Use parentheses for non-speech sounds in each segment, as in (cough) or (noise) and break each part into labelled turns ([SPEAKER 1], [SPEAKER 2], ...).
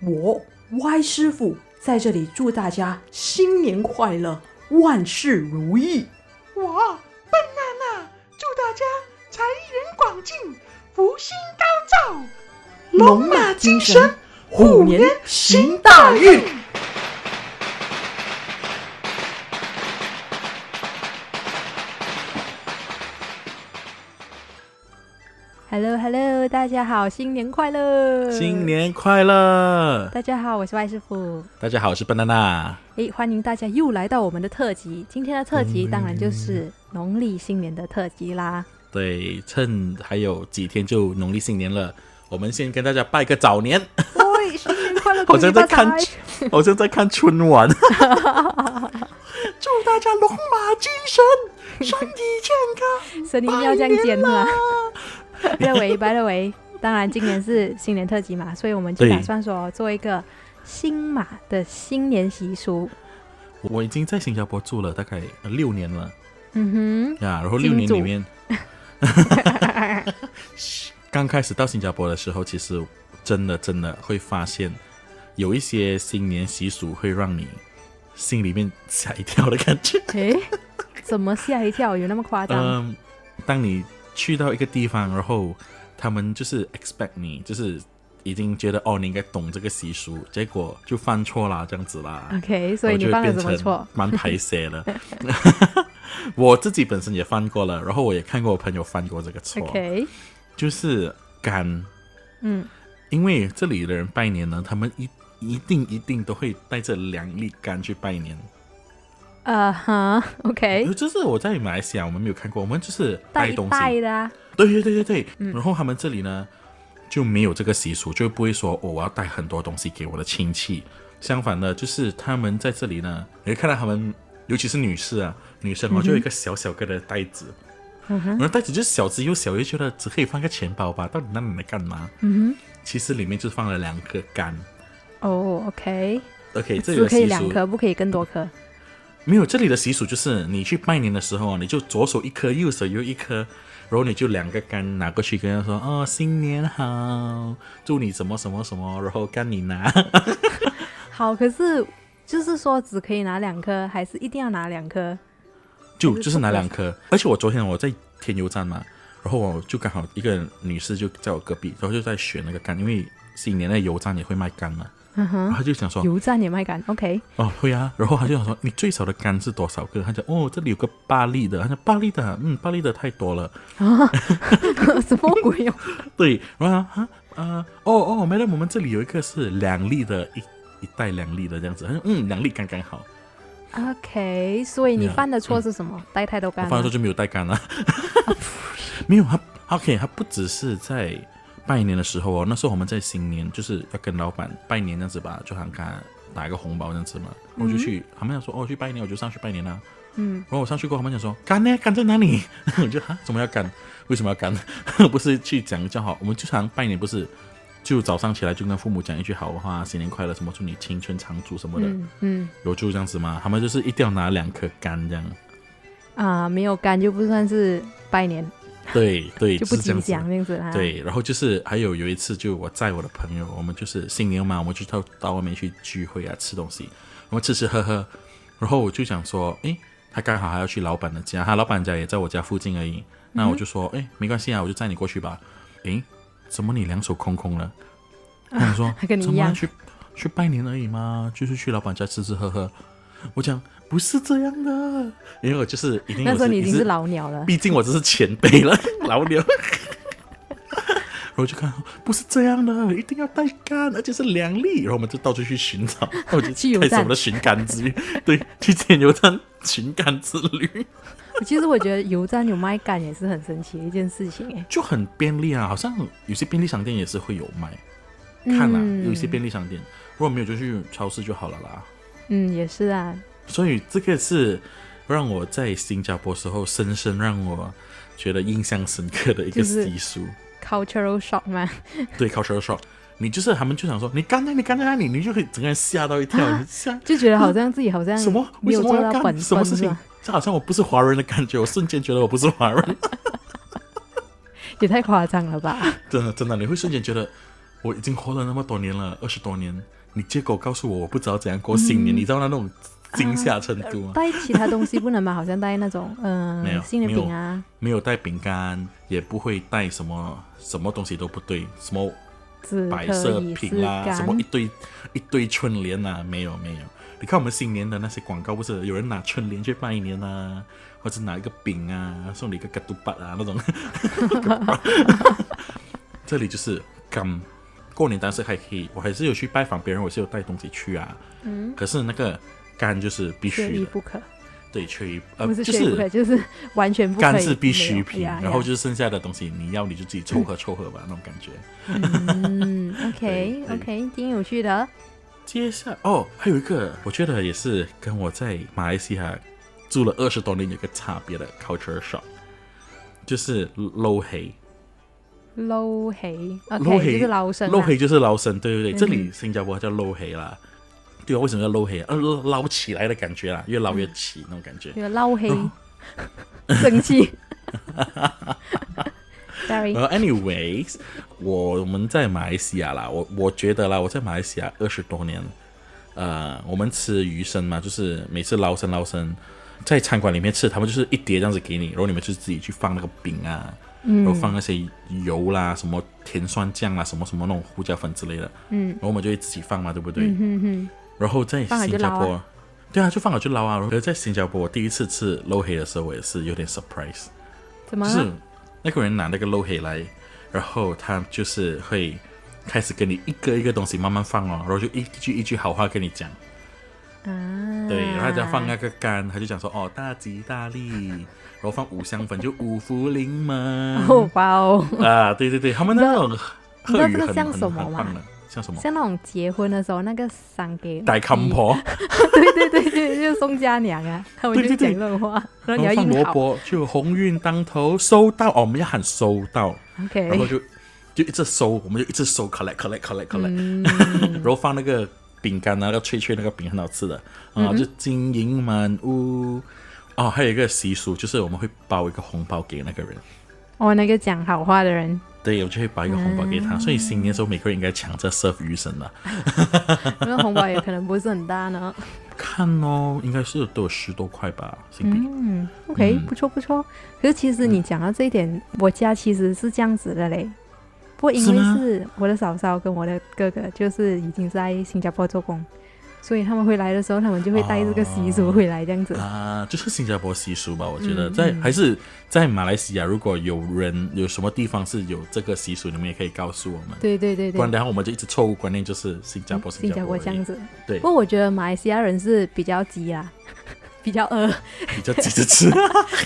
[SPEAKER 1] 我歪师傅在这里祝大家新年快乐，万事如意。
[SPEAKER 2] 我笨娜娜祝大家财源广进，福星高照，
[SPEAKER 1] 龙马精神，虎年行大运。
[SPEAKER 3] Hello Hello，大家好，新年快乐！
[SPEAKER 4] 新年快乐！
[SPEAKER 3] 大家好，我是外师傅。
[SPEAKER 4] 大家好，我是笨娜娜。
[SPEAKER 3] 诶，欢迎大家又来到我们的特辑。今天的特辑当然就是农历新年的特辑
[SPEAKER 4] (laughs)
[SPEAKER 3] 啦。
[SPEAKER 4] 对，趁还有几天就农历新年了，我们先跟大家拜个早 (laughs) 年。
[SPEAKER 3] 喂，新年快乐！
[SPEAKER 4] 好像在
[SPEAKER 3] 恭喜发
[SPEAKER 4] 看
[SPEAKER 3] 财，
[SPEAKER 4] 好像在看春晚。 (laughs)
[SPEAKER 2] 祝大家龙马精神，身体健康。
[SPEAKER 3] 声音要这样剪啦。拜了喂，拜了喂。当然，今年是新年特辑嘛，所以我们就
[SPEAKER 4] 对
[SPEAKER 3] 打算说做一个新马的新年习俗。
[SPEAKER 4] 我已经在新加坡住了大概呃六年了
[SPEAKER 3] 嗯
[SPEAKER 4] 呀，然后
[SPEAKER 3] 金
[SPEAKER 4] 六年
[SPEAKER 3] 主
[SPEAKER 4] 里面，
[SPEAKER 3] 哼，
[SPEAKER 4] (laughs) 刚开始到新加坡的时候，其实真的真的会发现，有一些新年习俗会让你心里面 (laughs) 吓一跳的感觉。
[SPEAKER 3] 诶，怎么吓一跳？有那么夸张？
[SPEAKER 4] 嗯，当你去到一个地方，然后他们就是 expect 你，就是已经觉得哦，你应该懂这个习俗，结果就犯错啦，这样子啦。
[SPEAKER 3] OK，所以你
[SPEAKER 4] 然
[SPEAKER 3] 犯
[SPEAKER 4] 后就
[SPEAKER 3] 了
[SPEAKER 4] 会
[SPEAKER 3] 什么
[SPEAKER 4] 变
[SPEAKER 3] 错
[SPEAKER 4] 成？蛮排泄的。 (laughs) 我自己本身也犯过了，然后我也看过我朋友犯过这个错
[SPEAKER 3] OK，
[SPEAKER 4] 就是干，
[SPEAKER 3] 嗯，
[SPEAKER 4] 因为这里的人拜年呢，他们一一定一定都会带着两粒干去拜年。
[SPEAKER 3] 呃哈
[SPEAKER 4] 哎、
[SPEAKER 3] ，OK，
[SPEAKER 4] 这是我在马来西亚我们没有看过，我们就是
[SPEAKER 3] 带一
[SPEAKER 4] 东西，
[SPEAKER 3] 带的啊，
[SPEAKER 4] 对对对对对，
[SPEAKER 3] 嗯
[SPEAKER 4] 然后他们这里呢就没有这个习俗，就不会说、哦、我要带很多东西给我的亲戚。相反呢，就是他们在这里呢，你会看到他们，尤其是女士啊，女生哦，就有一个小小个的袋子，
[SPEAKER 3] 嗯哼
[SPEAKER 4] 然后袋子就是小只又小，又觉得只可以放个钱包吧，到底那里来干嘛？
[SPEAKER 3] 嗯
[SPEAKER 4] 其实里面就放了两颗肝。
[SPEAKER 3] 哼，哦，OK，
[SPEAKER 4] OK，这里
[SPEAKER 3] 只
[SPEAKER 4] 的
[SPEAKER 3] 可以
[SPEAKER 4] 习
[SPEAKER 3] 两
[SPEAKER 4] 俗
[SPEAKER 3] 颗，不可以更多颗。
[SPEAKER 4] 没有，这里的习俗就是你去拜年的时候，你就左手一颗，右手又一颗，然后你就两个柑拿过去跟他说：“哦，新年好，祝你什么什么什么。”然后柑你拿， (laughs)
[SPEAKER 3] 好，可是就是说只可以拿两颗，还是一定要拿两颗？
[SPEAKER 4] 就就是拿两颗。而且我昨天我在天油站嘛，然后我就刚好一个女士就在我隔壁，然后就在选那个柑，因为新年的油站也会卖柑嘛，
[SPEAKER 3] 嗯
[SPEAKER 4] 然
[SPEAKER 3] 哼，
[SPEAKER 4] 后她就想说：“
[SPEAKER 3] 油站也卖干，OK， (laughs)
[SPEAKER 4] 哦，会啊。然后他就想说，你最少的杆是多少个？他讲，哦，这里有个八粒的。他讲八粒的啊，嗯，八粒的太多了。
[SPEAKER 3] 什么鬼哦？
[SPEAKER 4] 对，然后他啊啊，哦哦，madam，我们这里有一个是两粒的，一一袋两粒的这样子。他说，嗯，两粒刚刚好。
[SPEAKER 3] (laughs) OK，所以你
[SPEAKER 4] Yeah，
[SPEAKER 3] 犯的错是什么？带太多
[SPEAKER 4] 我
[SPEAKER 3] 干啊
[SPEAKER 4] 发
[SPEAKER 3] 了
[SPEAKER 4] 说。就没有带杆了。 (laughs) 没有，他 OK，他不只是在拜年的时候哦，那时候我们在新年就是要跟老板拜年这样子吧，就喊他打一个红包这样子嘛。我就去，他们要说哦去拜年，我就上去拜年啦、
[SPEAKER 3] 嗯，
[SPEAKER 4] 然后我上去过后，他们讲说干呢？干在哪里？我就哈，怎么要干？为什么要干？不是去讲叫好，我们就常拜年不是，就早上起来就跟父母讲一句好话，新年快乐，什么祝你青春常驻什么的，
[SPEAKER 3] 嗯嗯
[SPEAKER 4] 有就这样子嘛。他们就是一定要拿两颗干这样，
[SPEAKER 3] 啊，没有干就不算是拜年，
[SPEAKER 4] (laughs) 对对，
[SPEAKER 3] 就不啊
[SPEAKER 4] 是这
[SPEAKER 3] 吉
[SPEAKER 4] 样子
[SPEAKER 3] 祥。那样子啦。，
[SPEAKER 4] 对，然后就是还有有一次，就我载我的朋友，我们就是新年嘛，我们就到到外面去聚会啊，吃东西，我们吃吃喝喝，然后我就想说，诶，他刚好还要去老板的家，他老板家也在我家附近而已，那我就说，诶，没关系啊，我就载你过去吧。诶，怎么你两手空空了？他想说
[SPEAKER 3] 他跟你
[SPEAKER 4] 怎
[SPEAKER 3] 一
[SPEAKER 4] 么
[SPEAKER 3] 样
[SPEAKER 4] 啊去去拜年而已嘛，就是去老板家吃吃喝喝。我讲不是这样的，因为我就是已经
[SPEAKER 3] 那
[SPEAKER 4] 我
[SPEAKER 3] 时候你已经是
[SPEAKER 4] 是
[SPEAKER 3] 老鸟
[SPEAKER 4] (laughs)
[SPEAKER 3] 了。
[SPEAKER 4] 毕竟我只是前辈了，老鸟。然后就看，不是这样的，一定要带杆，而且是两粒。然后我们就到处去寻找，我就
[SPEAKER 3] 去油
[SPEAKER 4] 开始我
[SPEAKER 3] 站
[SPEAKER 4] 们的寻杆之旅，对，去捡油站寻杆之旅，
[SPEAKER 3] 其实我觉得油站有卖干也是很神奇的一件事情哎。
[SPEAKER 4] 就很便利啊。好像有些便利商店也是会有卖，看啦、
[SPEAKER 3] 嗯
[SPEAKER 4] 有一些便利商店，如果没有就去超市就好了啦。
[SPEAKER 3] 嗯，也是啊，
[SPEAKER 4] 所以这个是让我在新加坡时候深深让我觉得印象深刻的一个
[SPEAKER 3] 就是
[SPEAKER 4] 习俗。
[SPEAKER 3] cultural shock 吗？
[SPEAKER 4] 对 cultural shock，你就是他们就想说你干在你干在那里，你就可以整个人吓到一跳，你吓
[SPEAKER 3] 就觉得好像自己好像
[SPEAKER 4] 什么？
[SPEAKER 3] 没
[SPEAKER 4] 为
[SPEAKER 3] 有
[SPEAKER 4] 什么
[SPEAKER 3] 做
[SPEAKER 4] 我要
[SPEAKER 3] 到本分，啊
[SPEAKER 4] 干什么事
[SPEAKER 3] 是
[SPEAKER 4] 情
[SPEAKER 3] 吧？
[SPEAKER 4] 这好像我不是华人的感觉，我瞬间觉得我不是华人，
[SPEAKER 3] 也太夸张了吧？
[SPEAKER 4] (laughs) 真的真的，你会瞬间觉得我已经活了那么多年了，二十多年，你结果告诉我我不知道怎样过新年，你知道那种惊吓程度吗？
[SPEAKER 3] 带其他东西不能吧？好像带那种嗯、
[SPEAKER 4] 没有
[SPEAKER 3] 新年饼啊
[SPEAKER 4] 没有带饼干，也不会带什么什么东西都不对，什么
[SPEAKER 3] 只
[SPEAKER 4] 白
[SPEAKER 3] 可
[SPEAKER 4] 色
[SPEAKER 3] 以是
[SPEAKER 4] 瓶啦，
[SPEAKER 3] 干
[SPEAKER 4] 什么一堆一堆春联啊，没有没有。你看我们新年的那些广告，不是有人拿春联去拜年啊，或者拿一个饼啊，送你一个嘎嘟巴啊那种。 (laughs) 这里就是刚过年，但是还可以，我还是有去拜访别人，我是有带东西去啊。嗯。可是那个干就是必
[SPEAKER 3] 缺
[SPEAKER 4] 须
[SPEAKER 3] 一
[SPEAKER 4] 的，
[SPEAKER 3] 不可，
[SPEAKER 4] 对，缺一呃
[SPEAKER 3] 不是
[SPEAKER 4] 就
[SPEAKER 3] 缺一不可， (laughs) 就是完全不可以。
[SPEAKER 4] 干是必需
[SPEAKER 3] 没
[SPEAKER 4] 品，
[SPEAKER 3] 有哎呀
[SPEAKER 4] 然后
[SPEAKER 3] 哎呀
[SPEAKER 4] 就是剩下的东西你要你就自己凑合凑合吧，那种感觉。
[SPEAKER 3] 嗯，OK
[SPEAKER 4] 对对
[SPEAKER 3] OK，挺有趣的。
[SPEAKER 4] 接下来哦，还有一个，我觉得也是跟我在马来西亚住了二十多年有个差别的 culture shock，就是捞黑，
[SPEAKER 3] 捞黑
[SPEAKER 4] 捞
[SPEAKER 3] ，OK，
[SPEAKER 4] 黑
[SPEAKER 3] 就是捞生啊，嗯
[SPEAKER 4] 捞黑就是捞生，对对对，这里新加坡叫捞黑啦。对啊，为什么叫捞黑啊？呃捞起来的感觉啦，越捞越起那种感觉。
[SPEAKER 3] 对，捞黑，
[SPEAKER 4] 哦
[SPEAKER 3] (laughs) 生
[SPEAKER 4] (laughs)
[SPEAKER 3] 气。Sorry，
[SPEAKER 4] 然后 anyways，我我们在马来西亚啦，我我觉得啦，我在马来西亚二十多年，呃，我们吃鱼生嘛，就是每次捞生捞生，在餐馆里面吃，他们就是一碟这样子给你，然后你们就自己去放那个饼啊，
[SPEAKER 3] 嗯
[SPEAKER 4] 然后放那些油啦、什么甜酸酱啦、什么什么那种胡椒粉之类的，嗯，然后我们就会自己放嘛，对不对？嗯然后在
[SPEAKER 3] 放了就
[SPEAKER 4] 新加
[SPEAKER 3] 捞啊
[SPEAKER 4] 坡，对啊，就放了就捞啊。然后可是在新加坡，我第一次吃漏黑的时候，我也是有点 surprise。
[SPEAKER 3] 怎么
[SPEAKER 4] 就是
[SPEAKER 3] 了？
[SPEAKER 4] 那个人拿那个漏黑来，然后他就是会开始跟你一个一个东西慢慢放哦，然后就一句一句好话跟你讲。
[SPEAKER 3] 啊，
[SPEAKER 4] 对，然后他就要放那个干，他就讲说哦大吉大利，然后放五香粉就五福临门。
[SPEAKER 3] (laughs) 哦，哇哦，
[SPEAKER 4] 啊，对对对，他们那种
[SPEAKER 3] 你知道
[SPEAKER 4] 贺语
[SPEAKER 3] 这个
[SPEAKER 4] 很
[SPEAKER 3] 像
[SPEAKER 4] 很
[SPEAKER 3] 什么
[SPEAKER 4] 很
[SPEAKER 3] 吗
[SPEAKER 4] 棒的，像什么？
[SPEAKER 3] 像那种结婚的时候那个赏给
[SPEAKER 4] 大康婆，
[SPEAKER 3] (laughs) 对对对对，就是送家娘啊，他们就
[SPEAKER 4] 对对
[SPEAKER 3] 讲
[SPEAKER 4] 对
[SPEAKER 3] 这种话，然
[SPEAKER 4] 然
[SPEAKER 3] 后你
[SPEAKER 4] 后
[SPEAKER 3] 要
[SPEAKER 4] 放
[SPEAKER 3] 硬
[SPEAKER 4] 萝
[SPEAKER 3] 好。
[SPEAKER 4] 卜，就鸿运当头，收到哦，我们要喊收到，然后
[SPEAKER 3] OK，
[SPEAKER 4] 就就一直收，我们就一直收，collect collect collect collect，、
[SPEAKER 3] 嗯
[SPEAKER 4] 然后放那个饼干啊，那个脆脆那个饼很好吃的
[SPEAKER 3] 嗯
[SPEAKER 4] 啊，就金银满屋。哦，还有一个习俗就是我们会包一个红包给那个人，
[SPEAKER 3] 哦，那个讲好话的人， (laughs)
[SPEAKER 4] 对，我就会包一个红包给
[SPEAKER 3] 嗯
[SPEAKER 4] 他，所以新年的时候每个人应该抢着 serve 鱼神了。
[SPEAKER 3] 那个红包也可能不是很大
[SPEAKER 4] (laughs)
[SPEAKER 3] 呢。
[SPEAKER 4] 看哦，应该是都有十多块吧，新币。
[SPEAKER 3] 嗯，OK，不错不错。可是其实你讲到这一点，我家其实是这样子的嘞。不过因
[SPEAKER 4] 是
[SPEAKER 3] 为
[SPEAKER 4] 吗
[SPEAKER 3] 是我的嫂嫂跟我的哥哥，就是已经在新加坡做工，所以他们回来的时候，他们就会带这个习俗回来这样子。
[SPEAKER 4] 哦啊，就是新加坡习俗吧，我觉得
[SPEAKER 3] 嗯
[SPEAKER 4] 在、还是在马来西亚，如果有人有什么地方是有这个习俗，你们也可以告诉我们。
[SPEAKER 3] 对对对
[SPEAKER 4] 不
[SPEAKER 3] 对
[SPEAKER 4] 然，等下我们就一直错误观念，就是新加坡、
[SPEAKER 3] 新加坡
[SPEAKER 4] 坡而已
[SPEAKER 3] 这样子。 (laughs)
[SPEAKER 4] 对
[SPEAKER 3] 不过我觉得马来西亚人是比较急啊， (laughs) 比较饿。
[SPEAKER 4] 比较急着吃。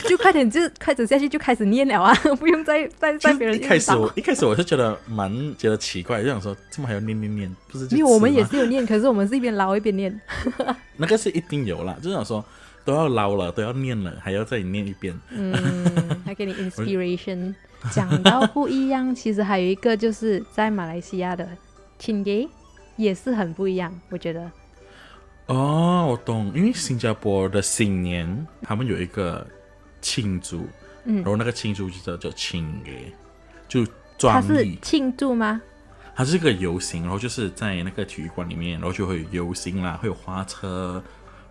[SPEAKER 3] 就快点，就快走下去就开始念了啊， (laughs) 不用再再再别人
[SPEAKER 4] (laughs) 一开始
[SPEAKER 3] 引导
[SPEAKER 4] 我一开始我是觉得蛮觉得奇怪，就想说这么还要念念念，不是就
[SPEAKER 3] 因为我们
[SPEAKER 4] 吃
[SPEAKER 3] 也
[SPEAKER 4] 吗
[SPEAKER 3] 是有念，可是我们是一边捞一边
[SPEAKER 4] (laughs)
[SPEAKER 3] 念。
[SPEAKER 4] 那个是一定有啦，就想说都要捞了，都要念了，还要再念一遍。
[SPEAKER 3] 嗯，还给你 inspiration。讲到不一样，其实还有一个就是在马来西亚的 c h i n g 也是很不一样，我觉得。
[SPEAKER 4] 哦，我懂，因为新加坡的新年他们有一个庆祝，
[SPEAKER 3] 嗯
[SPEAKER 4] 然后那个庆祝就叫叫庆给，就
[SPEAKER 3] 它
[SPEAKER 4] 专
[SPEAKER 3] 是
[SPEAKER 4] 利，
[SPEAKER 3] 庆祝吗？
[SPEAKER 4] 它是一个游行，然后就是在那个体育馆里面，然后就会有游行啦，会有花车。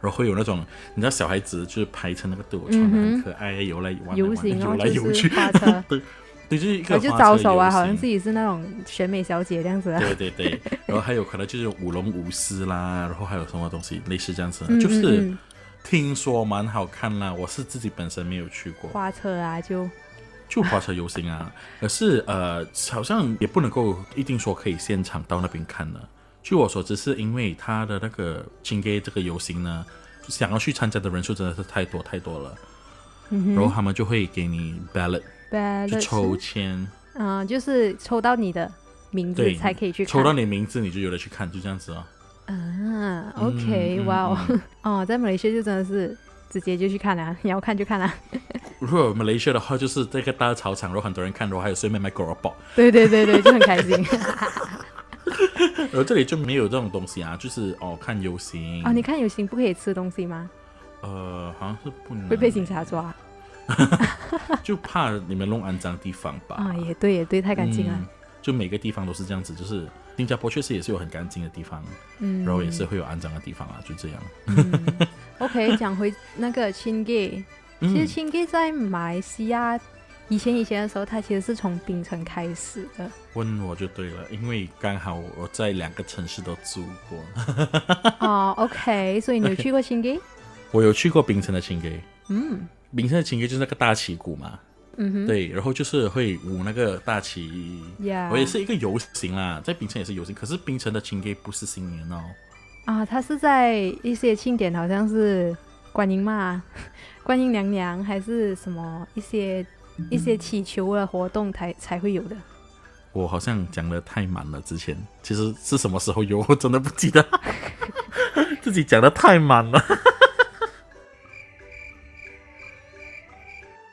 [SPEAKER 4] 然后会有那种，你知道小孩子就是排成那个队伍，穿的很可爱，游来玩来啊
[SPEAKER 3] 游
[SPEAKER 4] 玩去，
[SPEAKER 3] 行
[SPEAKER 4] 游
[SPEAKER 3] 哦，
[SPEAKER 4] 来游
[SPEAKER 3] 就
[SPEAKER 4] 去 (laughs)
[SPEAKER 3] 是，花车，
[SPEAKER 4] 对，对，就是一个
[SPEAKER 3] 我就招手啊，
[SPEAKER 4] 花车游行
[SPEAKER 3] 好像自己是那种选美小姐这样子啊。
[SPEAKER 4] 对对对，然后还有可能就是舞龙舞狮啦，然后还有什么东西类似这样子，
[SPEAKER 3] 嗯
[SPEAKER 4] 就是
[SPEAKER 3] 嗯嗯
[SPEAKER 4] 听说蛮好看啦，我是自己本身没有去过，
[SPEAKER 3] 花车啊，就
[SPEAKER 4] 就花车游行啊， (laughs) 可是呃，好像也不能够一定说可以现场到那边看的。据我所知，是因为他的那个金 gay 这个游行呢，想要去参加的人数真的是太多太多了，然后他们就会给你 ballot 去
[SPEAKER 3] 嗯 ballot
[SPEAKER 4] 抽签，
[SPEAKER 3] 嗯，就是抽到你的名字
[SPEAKER 4] 对，
[SPEAKER 3] 才可以去看。
[SPEAKER 4] 抽到你名字你就有的去看，就这样子哦。
[SPEAKER 3] 啊，OK，
[SPEAKER 4] 嗯
[SPEAKER 3] 哇哦，
[SPEAKER 4] 嗯
[SPEAKER 3] (laughs) 哦，在马来西亚就真的是直接就去看啦， (laughs) 你要看就看啊啦。
[SPEAKER 4] 如果马来西亚的话，就是这个大操场，然后很多人看，然后还有顺便买狗肉包，
[SPEAKER 3] (laughs) 对对对对，就很开
[SPEAKER 4] (laughs)
[SPEAKER 3] 心哦
[SPEAKER 4] 然后这里就没有这种东西啊，就是哦看游行
[SPEAKER 3] 哦。你看有行不可以吃东西吗？
[SPEAKER 4] 呃好像是不能
[SPEAKER 3] 会被警察
[SPEAKER 4] 嗯
[SPEAKER 3] 抓
[SPEAKER 4] 就怕你们弄肮脏地方吧。
[SPEAKER 3] 啊啊？也对也对，太干净了
[SPEAKER 4] 嗯。就每个地方都是这样子，就是新加坡确实也是有很干净的地方，嗯，然后也是会有肮脏的地方啊，就这样。 (laughs)
[SPEAKER 3] OK，讲回那个 Chingay，其实
[SPEAKER 4] 嗯
[SPEAKER 3] Chingay 在马来西亚以前以前的时候，它其实是从槟城开始的。
[SPEAKER 4] 问我就对了，因为刚好我在两个城市都住过， (laughs)
[SPEAKER 3] 哦，OK，所以你有去过 Chingay？
[SPEAKER 4] 我有去过槟城的情歌，嗯，槟城的情歌就是那个大旗鼓嘛，
[SPEAKER 3] 嗯哼，
[SPEAKER 4] 对，然后就是会舞那个大旗
[SPEAKER 3] Yeah
[SPEAKER 4] 我也是一个游行啦，在槟城也是游行，可是槟城的情歌不是新年哦，
[SPEAKER 3] 啊，它是在一些庆典，好像是观音嘛、 (laughs) 观音娘娘还是什么一些一些祈求的活动才才会有的。
[SPEAKER 4] 我好像讲的太满了，之前其实是什么时候有，我真的不记得， (laughs) 自己讲的太满了。 (laughs)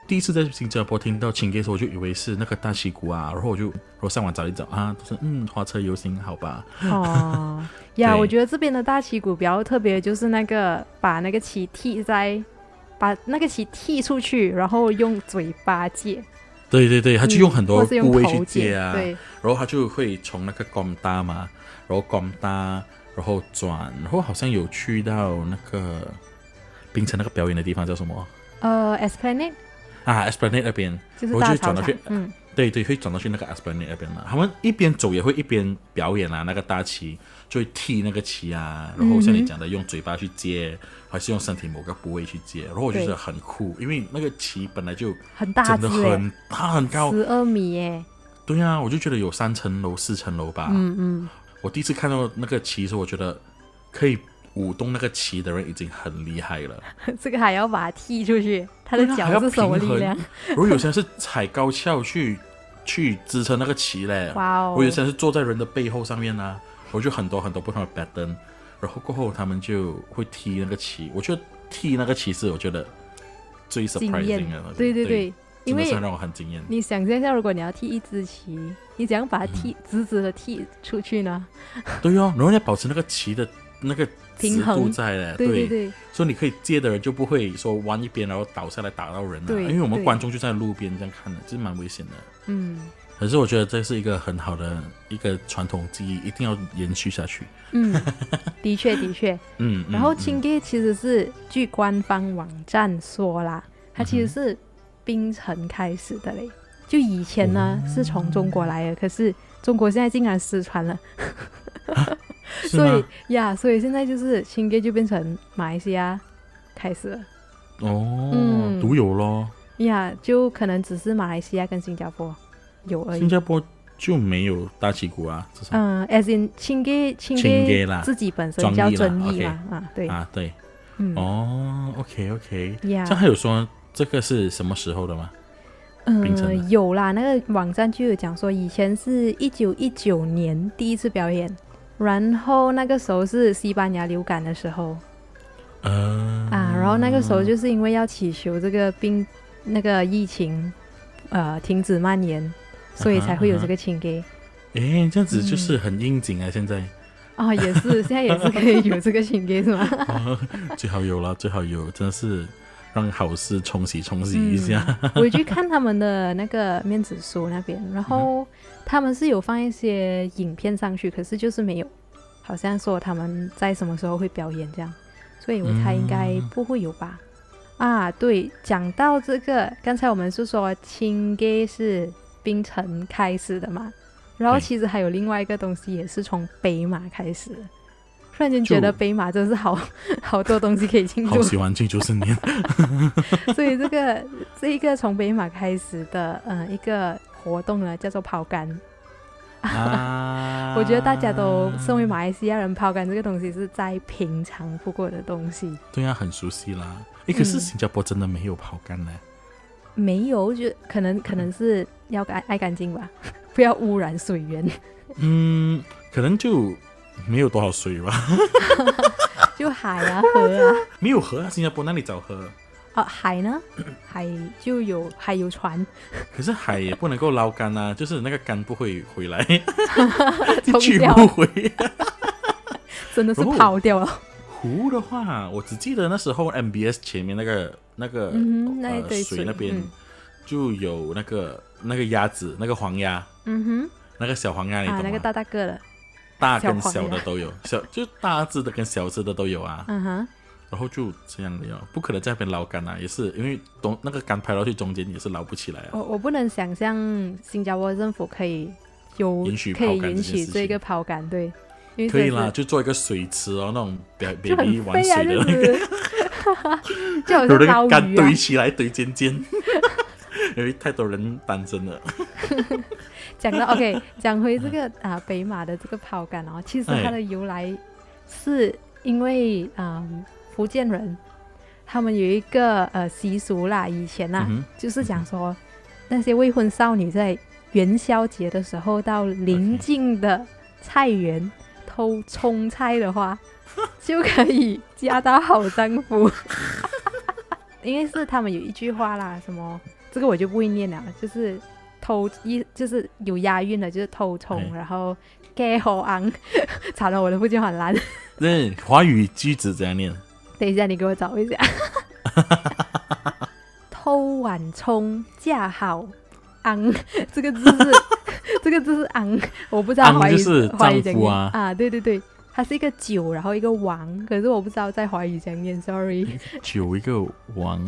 [SPEAKER 4] 第一次在新加坡听到情歌的时候，我就以为是那个大溪谷啊，然后我就我上网找一找啊，就是嗯花车游行好吧， (laughs)
[SPEAKER 3] 哦，呀，我
[SPEAKER 4] 嗯对
[SPEAKER 3] 觉得这边的大旗鼓比较特别，就是那个把那个旗踢在，把那个旗踢出去，然后用嘴巴接，
[SPEAKER 4] 对对对，他就用很
[SPEAKER 3] 嗯
[SPEAKER 4] 多
[SPEAKER 3] 或是用
[SPEAKER 4] 部位
[SPEAKER 3] 头
[SPEAKER 4] 去
[SPEAKER 3] 接
[SPEAKER 4] 接啊，
[SPEAKER 3] 对，
[SPEAKER 4] 然后他就会从那个光搭嘛，然后光搭，然后转，然后好像有去到那个冰城那个表演的地方叫什么
[SPEAKER 3] 呃，Esplanade
[SPEAKER 4] 啊？Esplanade 那边，
[SPEAKER 3] 就是
[SPEAKER 4] 我
[SPEAKER 3] 大
[SPEAKER 4] 就
[SPEAKER 3] 操
[SPEAKER 4] 转到
[SPEAKER 3] 场
[SPEAKER 4] 去，，
[SPEAKER 3] 嗯，
[SPEAKER 4] 对对，会转到去那个 Esplanade 那边嘛。他们一边走也会一边表演啊，那个搭旗就会踢那个旗啊，然后像你讲的用嘴巴去接，还是用身体某个部位去接，然后我就觉得
[SPEAKER 3] 对
[SPEAKER 4] 很酷，因为那个旗本来就
[SPEAKER 3] 很大
[SPEAKER 4] 真
[SPEAKER 3] 只
[SPEAKER 4] 的
[SPEAKER 3] 诶，
[SPEAKER 4] 很它很高，
[SPEAKER 3] 十二米诶，
[SPEAKER 4] 对啊，我就觉得有三层楼、四层楼吧。
[SPEAKER 3] 嗯嗯，
[SPEAKER 4] 我第一次看到那个旗的时候，我觉得可以舞动那个旗的人已经很厉害了。
[SPEAKER 3] (laughs) 这个还要把它踢出去，它的
[SPEAKER 4] 对啊还
[SPEAKER 3] 脚
[SPEAKER 4] 要
[SPEAKER 3] 是什么
[SPEAKER 4] 平
[SPEAKER 3] 力
[SPEAKER 4] 衡
[SPEAKER 3] 量？
[SPEAKER 4] 然后有些人是踩高跷去去支撑那个旗嘞，
[SPEAKER 3] 哇哦
[SPEAKER 4] 我有些人是坐在人的背后上面啊，我就很多很多不同的 pattern。然后过后他们就会踢那个旗，我觉得踢那个旗是我觉得最
[SPEAKER 3] 惊
[SPEAKER 4] surprising 的
[SPEAKER 3] 艳
[SPEAKER 4] 东西，，
[SPEAKER 3] 对对对，因
[SPEAKER 4] 真的
[SPEAKER 3] 为
[SPEAKER 4] 是让我很惊艳。
[SPEAKER 3] 你想象一下，如果你要踢一只旗，你怎样把它
[SPEAKER 4] 嗯
[SPEAKER 3] 踢直直的踢出去呢？
[SPEAKER 4] 对哦，然后要保持那个旗的那个
[SPEAKER 3] 平
[SPEAKER 4] 直度
[SPEAKER 3] 衡
[SPEAKER 4] 在嘞，
[SPEAKER 3] 对对对，
[SPEAKER 4] 所以你可以接的人就不会说弯一边然后倒下来打到人啊，
[SPEAKER 3] 对
[SPEAKER 4] 因为我们
[SPEAKER 3] 对
[SPEAKER 4] 观众就在路边这样看的，这蛮危险的。
[SPEAKER 3] 嗯
[SPEAKER 4] 可是我觉得这是一个很好的一个传统技艺，一定要延续下去。
[SPEAKER 3] 嗯，
[SPEAKER 4] (laughs)
[SPEAKER 3] 的确的确。
[SPEAKER 4] 嗯，
[SPEAKER 3] 然后
[SPEAKER 4] 嗯
[SPEAKER 3] 清 gay 其实是据官方网站说
[SPEAKER 4] 嗯
[SPEAKER 3] 啦，它其实是槟城开始的嘞。就以前呢
[SPEAKER 4] 哦
[SPEAKER 3] 是从中国来的，可是中国现在竟然失传了，
[SPEAKER 4] 嗯是
[SPEAKER 3] 所
[SPEAKER 4] 吗？
[SPEAKER 3] 以呀，所以现在就是清 gay 就变成马来西亚开始了
[SPEAKER 4] 哦
[SPEAKER 3] 嗯，
[SPEAKER 4] 独有咯，
[SPEAKER 3] 呀，就可能只是马来西亚跟新加坡有而
[SPEAKER 4] 新
[SPEAKER 3] 已。
[SPEAKER 4] 加坡就没有大旗鼓啊，至少
[SPEAKER 3] 嗯，as in 清 gay 清
[SPEAKER 4] Chingay
[SPEAKER 3] gay
[SPEAKER 4] 啦
[SPEAKER 3] 自己本身叫
[SPEAKER 4] 专
[SPEAKER 3] 遵
[SPEAKER 4] 义啦
[SPEAKER 3] 义嘛，啊对，
[SPEAKER 4] 啊，对，
[SPEAKER 3] 嗯
[SPEAKER 4] 哦，OK OK，
[SPEAKER 3] 呀
[SPEAKER 4] 这。还有说这个是什么时候的吗？冰城
[SPEAKER 3] 呃
[SPEAKER 4] 的，
[SPEAKER 3] 有啦，那个网站就有讲说，以前是一九一九年第一次表演，然后那个时候是西班牙流感的时候
[SPEAKER 4] 呃，
[SPEAKER 3] 啊，然后那个时候就是因为要祈求这个病那个疫情呃停止蔓延，所以
[SPEAKER 4] 啊哈
[SPEAKER 3] 才会有
[SPEAKER 4] 啊哈
[SPEAKER 3] 这个情歌
[SPEAKER 4] 诶，这样子
[SPEAKER 3] 嗯
[SPEAKER 4] 就是很应景啊，
[SPEAKER 3] (laughs)
[SPEAKER 4] 现在。
[SPEAKER 3] 啊，也是现在也是可以有这个情歌是吗？
[SPEAKER 4] 啊，最好有了，最好有，真的是让好事冲洗冲洗
[SPEAKER 3] 嗯
[SPEAKER 4] 一下。
[SPEAKER 3] (laughs) 我去看他们的那个面子书那边，然
[SPEAKER 4] 嗯
[SPEAKER 3] 后他们是有放一些影片上去，可是就是没有，好像说他们在什么时候会表演这样，所以我猜应该
[SPEAKER 4] 嗯
[SPEAKER 3] 不会有吧。啊，对，讲到这个，刚才我们是说青 gay 是槟城开始的嘛，然后
[SPEAKER 4] 对
[SPEAKER 3] 其实还有另外一个东西也是从北马开始的。突然间觉
[SPEAKER 4] 就
[SPEAKER 3] 得北马真是好 (laughs) 好多东西可以庆
[SPEAKER 4] 好
[SPEAKER 3] 祝，
[SPEAKER 4] 喜欢庆祝
[SPEAKER 3] (laughs)
[SPEAKER 4] 新年，
[SPEAKER 3] 所以这个这一个从北马开始的，呃，一个活动呢，叫做抛竿。
[SPEAKER 4] 啊
[SPEAKER 3] 我觉得大家都身为马来西亚人，抛竿这个东西是再平常不过的东西。
[SPEAKER 4] 对啊，很熟悉啦。诶，可是
[SPEAKER 3] 嗯
[SPEAKER 4] 新加坡真的没有抛竿嘞，
[SPEAKER 3] 没有，就可能可能是要爱爱干净吧， (laughs) 不要污染水
[SPEAKER 4] (laughs)
[SPEAKER 3] 源。
[SPEAKER 4] 嗯，可能就没有多少水吧， (laughs)
[SPEAKER 3] 就海啊河啊，
[SPEAKER 4] 没有河啊，新加坡那里找河，
[SPEAKER 3] 哦海呢，海就有海有船，
[SPEAKER 4] 可是海也不能够捞竿啊，就是那个竿不会
[SPEAKER 3] (laughs)
[SPEAKER 4] 回来， (laughs)
[SPEAKER 3] 冲
[SPEAKER 4] 去
[SPEAKER 3] 掉
[SPEAKER 4] 不回。
[SPEAKER 3] 真的是
[SPEAKER 4] 哦
[SPEAKER 3] 跑掉了。
[SPEAKER 4] 湖的话，我只记得那时候 MBS 前面那个那个、
[SPEAKER 3] 嗯哼那一
[SPEAKER 4] 呃
[SPEAKER 3] 堆
[SPEAKER 4] 水
[SPEAKER 3] 水
[SPEAKER 4] 那边、
[SPEAKER 3] 嗯
[SPEAKER 4] 就有那个那个鸭子，那个黄鸭，
[SPEAKER 3] 嗯哼，
[SPEAKER 4] 那个小黄鸭，你懂
[SPEAKER 3] 啊，
[SPEAKER 4] 吗？
[SPEAKER 3] 那个大大个的，
[SPEAKER 4] 大
[SPEAKER 3] 小
[SPEAKER 4] 跟
[SPEAKER 3] 黄
[SPEAKER 4] 小的
[SPEAKER 3] 鸭
[SPEAKER 4] 都有，小就大只的跟小只的都有啊。
[SPEAKER 3] 嗯哼，
[SPEAKER 4] 然后就这样的哟，不可能在那边捞竿啊，也是因为东那个竿拍到去中间也是捞不起来啊。
[SPEAKER 3] 我我不能想象新加坡政府可以有
[SPEAKER 4] 允许
[SPEAKER 3] 可以
[SPEAKER 4] 抛竿
[SPEAKER 3] 允
[SPEAKER 4] 这件
[SPEAKER 3] 许
[SPEAKER 4] 事
[SPEAKER 3] 这
[SPEAKER 4] 情
[SPEAKER 3] 个抛竿，对，因为
[SPEAKER 4] 可以
[SPEAKER 3] 真的
[SPEAKER 4] 啦，
[SPEAKER 3] 是
[SPEAKER 4] 就做一个水池哦，那种 ba-
[SPEAKER 3] 就
[SPEAKER 4] baby
[SPEAKER 3] 很
[SPEAKER 4] 玩
[SPEAKER 3] 废啊，
[SPEAKER 4] 水
[SPEAKER 3] 就
[SPEAKER 4] 的那个，
[SPEAKER 3] 是， (laughs) 就好像
[SPEAKER 4] 有 (laughs) 人
[SPEAKER 3] 捞
[SPEAKER 4] 竿
[SPEAKER 3] 鱼啊
[SPEAKER 4] 堆，起来堆尖
[SPEAKER 3] (laughs)
[SPEAKER 4] 尖，因为太多人单身了。
[SPEAKER 3] 讲
[SPEAKER 4] (laughs)
[SPEAKER 3] 到 OK，讲回这个啊北马的这个抛竿哦，其实它的由来是因为啊、福建人他们有一个呃习俗啦，以前呐、
[SPEAKER 4] 嗯哼
[SPEAKER 3] 就是讲说那些未婚少女在元宵节的时候到邻
[SPEAKER 4] OK
[SPEAKER 3] 近的菜园偷葱菜的话，就可以嫁到好丈夫。因为是他们有一句话啦，什么这个我就不会念了，就是偷一就是有押韵的，就是偷葱，
[SPEAKER 4] 哎
[SPEAKER 3] 然后 get 好昂， (laughs) 惨了，我的福建话很烂。 (laughs)
[SPEAKER 4] 那华语句子怎样念？
[SPEAKER 3] 等一下，你给我找一
[SPEAKER 4] (laughs)
[SPEAKER 3] 下。偷碗葱架好昂，这个字
[SPEAKER 4] (laughs)
[SPEAKER 3] 是这个字是昂，我不知道
[SPEAKER 4] 昂
[SPEAKER 3] 怀疑
[SPEAKER 4] 就是
[SPEAKER 3] 怀疑怎样
[SPEAKER 4] 丈夫
[SPEAKER 3] 念
[SPEAKER 4] 啊
[SPEAKER 3] 啊，对对对，它是一个酒，然后一个王，可是我不知道在华语怎样念，sorry，
[SPEAKER 4] 九一个王，